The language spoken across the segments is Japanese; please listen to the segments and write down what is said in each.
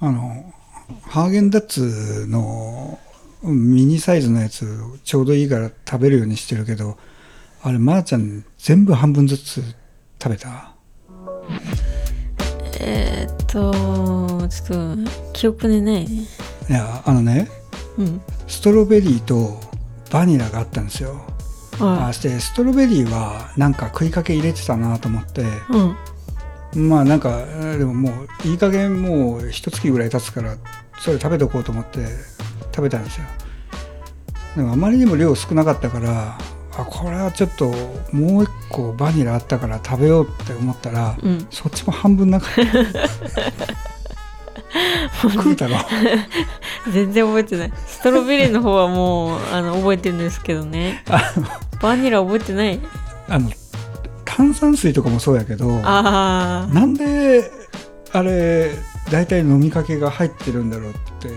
あの、ハーゲンダッツのミニサイズのやつをちょうどいいから食べるようにしてるけど、あれ、まー、ちゃん全部半分ずつ食べたえーっとちょっと記憶にないねいや、あのね、うんストロベリーとバニラがあったんですよ。ああしてストロベリーはなんか食いかけ入れてたなと思ってうんまあなんかえーでももういい加減もう一月ぐらい経つからそれ食べとこうと思って食べたんですよでもあまりにも量少なかったからあこれはちょっともう一個バニラあったから食べようって思ったら、うんそっちも半分なかった食うたろ全然覚えてないストロベリーの方はもうあの覚えてるんですけどねあのバニラ覚えてないあの炭酸水とかもそうやけどああなんであれ大体飲みかけが入ってるんだろうって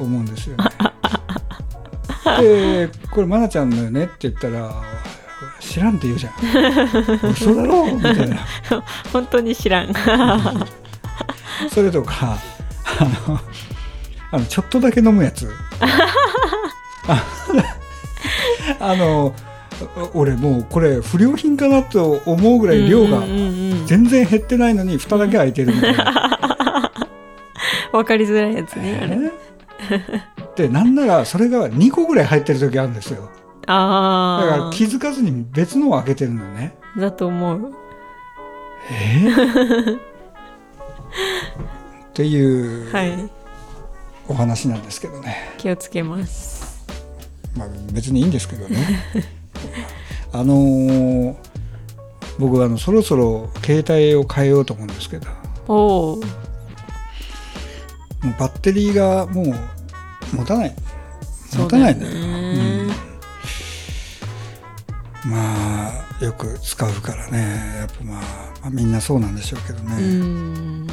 思うんですよね。でこれ愛菜ちゃんのよねって言ったら「知らん」って言うじゃん「嘘だろ」みたいな本当に知らんそれとかあのあのちょっとだけ飲むやつああの俺もうこれ不良品かなと思うぐらい量がうんうんうん全然減ってないのに蓋だけ開いてるみたいな。わかりづらいやつねあれえーでなんならそれが2個ぐらい入ってる時あるんですよだからあ気づかずに別のを開けてるのねあだと思うえーっていうはいお話なんですけどね、気をつけますまあ、別にいいんですけどね あのー僕はあのそろそろ携帯を変えようと思うんですけどもおおうバッテリーがもう持たないそ持うただないよんだよねまあよく使うからねやっぱまあ、まあみんなそうなんでしょうけどうね、ん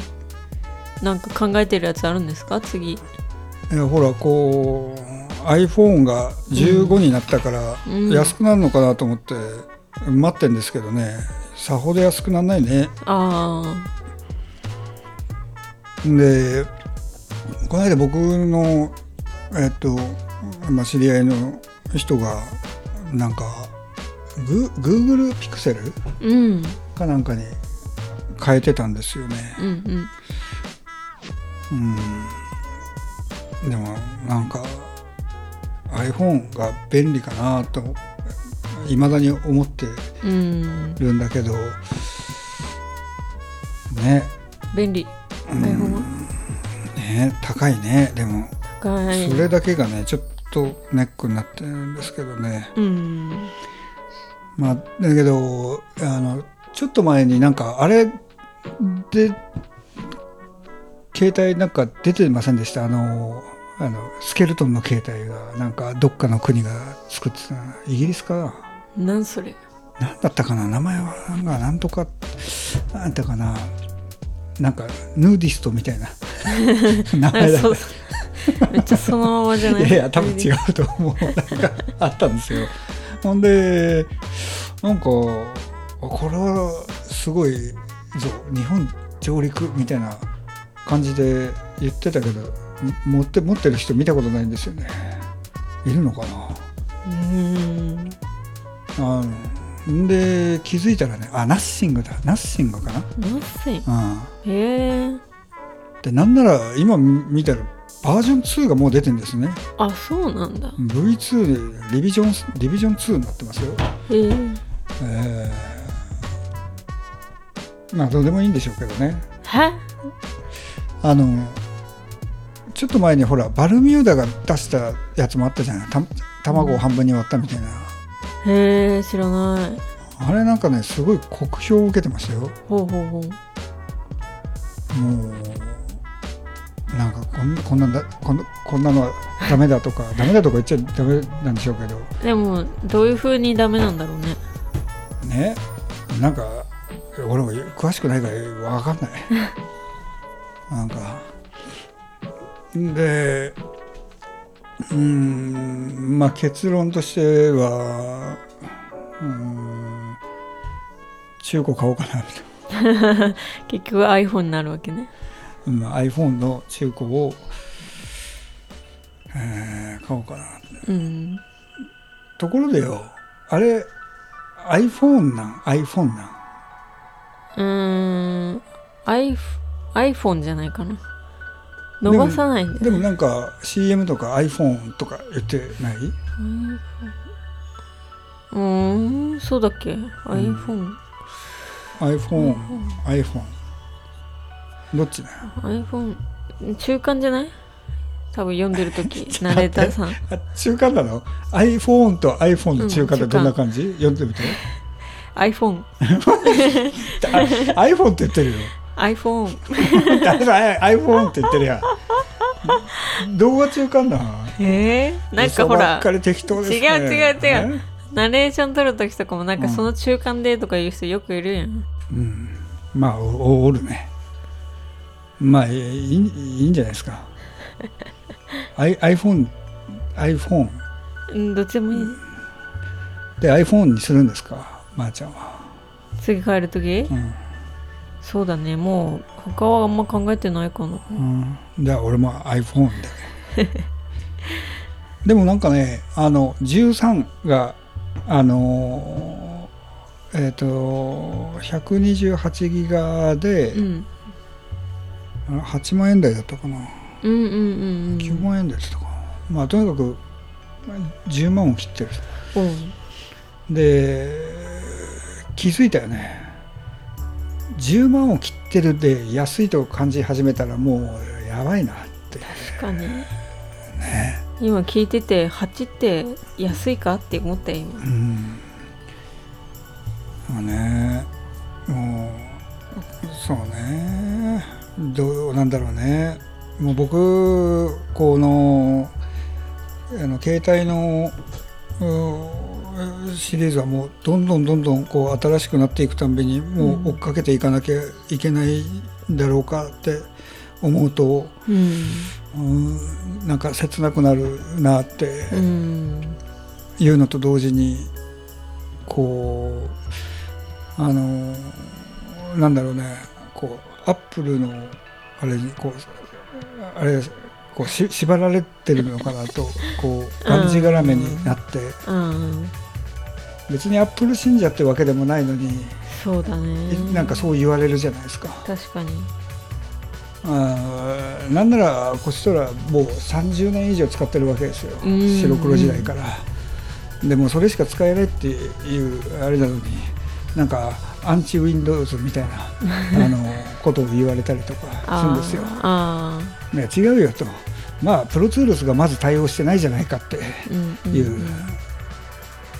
なんか考えてるやつあるんですか次いやほらこう iPhone が15になったからうん安くなるのかなと思って待ってんですけどねさほど安くならないねあでこの間僕のえっと、まあ、知り合いの人がなんかグ Google ピクセルあうんかなんかに変えてたんですよねうんうんうんでもなんか iPhone が便利かなといまだに思ってうんるんだけどね便利 iPhone はね高いねでも高いそれだけがねちょっとネックになってるんですけどねうんまあだけどあのちょっと前になんかあれで携帯なんか出てませんでしたあのあのスケルトンの携帯がなんかどっかの国が作ってたイギリスかなんそれなんだったかな名前はなんかなんとかなんだったかななんかヌーディストみたい な名前だったそうめっちゃそのままじゃないいやいや多分違うと思うなんかあったんですよほんでなんかこれはすごいぞ日本上陸みたいな感じで言ってたけどん持って持ってる人見たことないんですよねいるのかなうんあのんで気づいたらねあナッシングだナッシングかなんせへなうんえでなんなら今見たらバージョン2がもう出てんですねあそうなんだ V2 リビジョンリビジョン2になってますよへええーまあどうでもいいんでしょうけどねはあのちょっと前にほらバルミューダが出したやつもあったじゃないた卵を半分に割ったみたいなへえ知らないあれなんかねすごい酷評を受けてましたよほうほうほうもうなんかこんこんなんだこんなこんなのはダメだとかダメだとか言っちゃダメなんでしょうけどでもどういう風にダメなんだろうねねなんか俺も詳しくないから分かんない なんかでうーんまあ結論としてはうーん中古買おうかなみたい結局 iPhone になるわけねうん iPhone の中古を、えー買おうかなうんところでよあれ iPhone なん iPhone なんうーん iPh- iPhone じゃないかな伸ばさないんだでよもねなんか CM とか iPhone とか言ってない iPhone うーんそうだっけ iPhone ?iPhone、iPhone。どっちだよ iPhone 中間じゃない多分読んで る時ナレーターさんあ中間なの ?iPhone と iPhone の中間ってうん中間どんな感じ、読んでみて。 iPhoneiPhone あ iPhone って言ってるよ。 誰だあ iPhone って言ってるやん。動画中間なえー、なんか嘘ほばらっかり適当ですね。違う違う違うねナレーション撮る時とかもなんかうんその中間でとか言う人よくいるやん、うん、まあおおるねまあいいいいんじゃないです か I- iPhone iPhone うん、どっちでもいいで iPhone にするんですかまー、ちゃんは、次帰る時うんそうだねもう他はあんま考えてないかなうん、じゃあ俺も iPhone で でもなんかねあの13があのーえっ、と128ギガで、うんあの8万円台だったかなうんうんうんう9ん万円台だったかな、まあとにかく10万を切ってるうんで気づいたよね10万を切ってるで安いと感じ始めたらもうやばいなって確かに今聞いてて8って安いかって思ったよ今うんまあねもうそうねどうなんだろうねもう僕このあの携帯のうシリーズはもうどんどんどんどんこう新しくなっていくたんびにもう追っかけていかなきゃいけないんだろうかって思うと、うんうん、なんか切なくなるなってうんいうのと同時にこうあのなんだろうねこうアップルのあれにこうあれこうし縛られてるのかなとこうがんじがらめになって、うん別にアップル信者ってわけでもないのに、そうだねなんかそう言われるじゃないですか。確かにあーなんならこっちとらもう30年以上使ってるわけですようん白黒時代からでもそれしか使えないっていうあれなのになんかアンチ Windows みたい なあのことを言われたりとかするんですよあね違うよとまあプロツールスがまず対応してないじゃないかってーうんうんいう、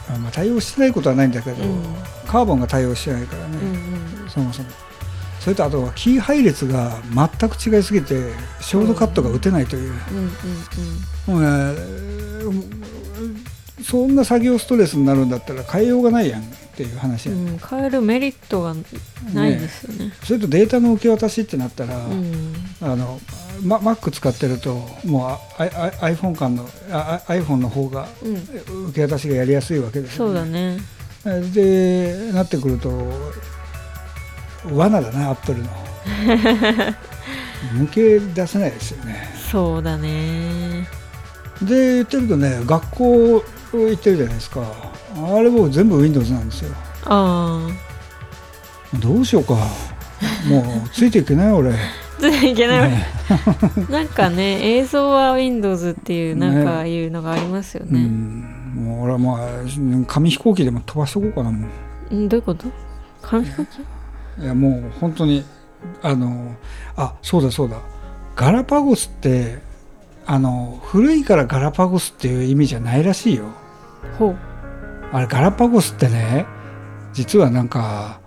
あまあ、対応してないことはないんだけど、うんカーボンが対応してないからね、うんうんそもそもそれとあとはキー配列が全く違いすぎてショートカットが打てないという、うんもうんうねえーそんな作業ストレスになるんだったら変えようがないやんっていう話、うんうん変えるメリットがないですよねそれとデータの受け渡しってなったら、うんあのま Mac 使ってるともうあああ iPhone 間のああ iPhone の方がうん受け渡しがやりやすいわけですそうだねでなってくると罠だなアップルの 抜け出せないですよねそうだねで言ってるとね学校行ってるじゃないですかあれもう全部 Windows なんですよああ どうしようかもうついていけない俺ついていけない、なんかね映像は Windows っていうなんかいうのがありますようねんもう俺はまあ紙飛行機でも飛ばしとこうかなもんどういうこと紙飛行機ういやもう本当にあのあそうだそうだガラパゴスってあの古いからガラパゴスっていう意味じゃないらしいよほうあれガラパゴスってね実はなんか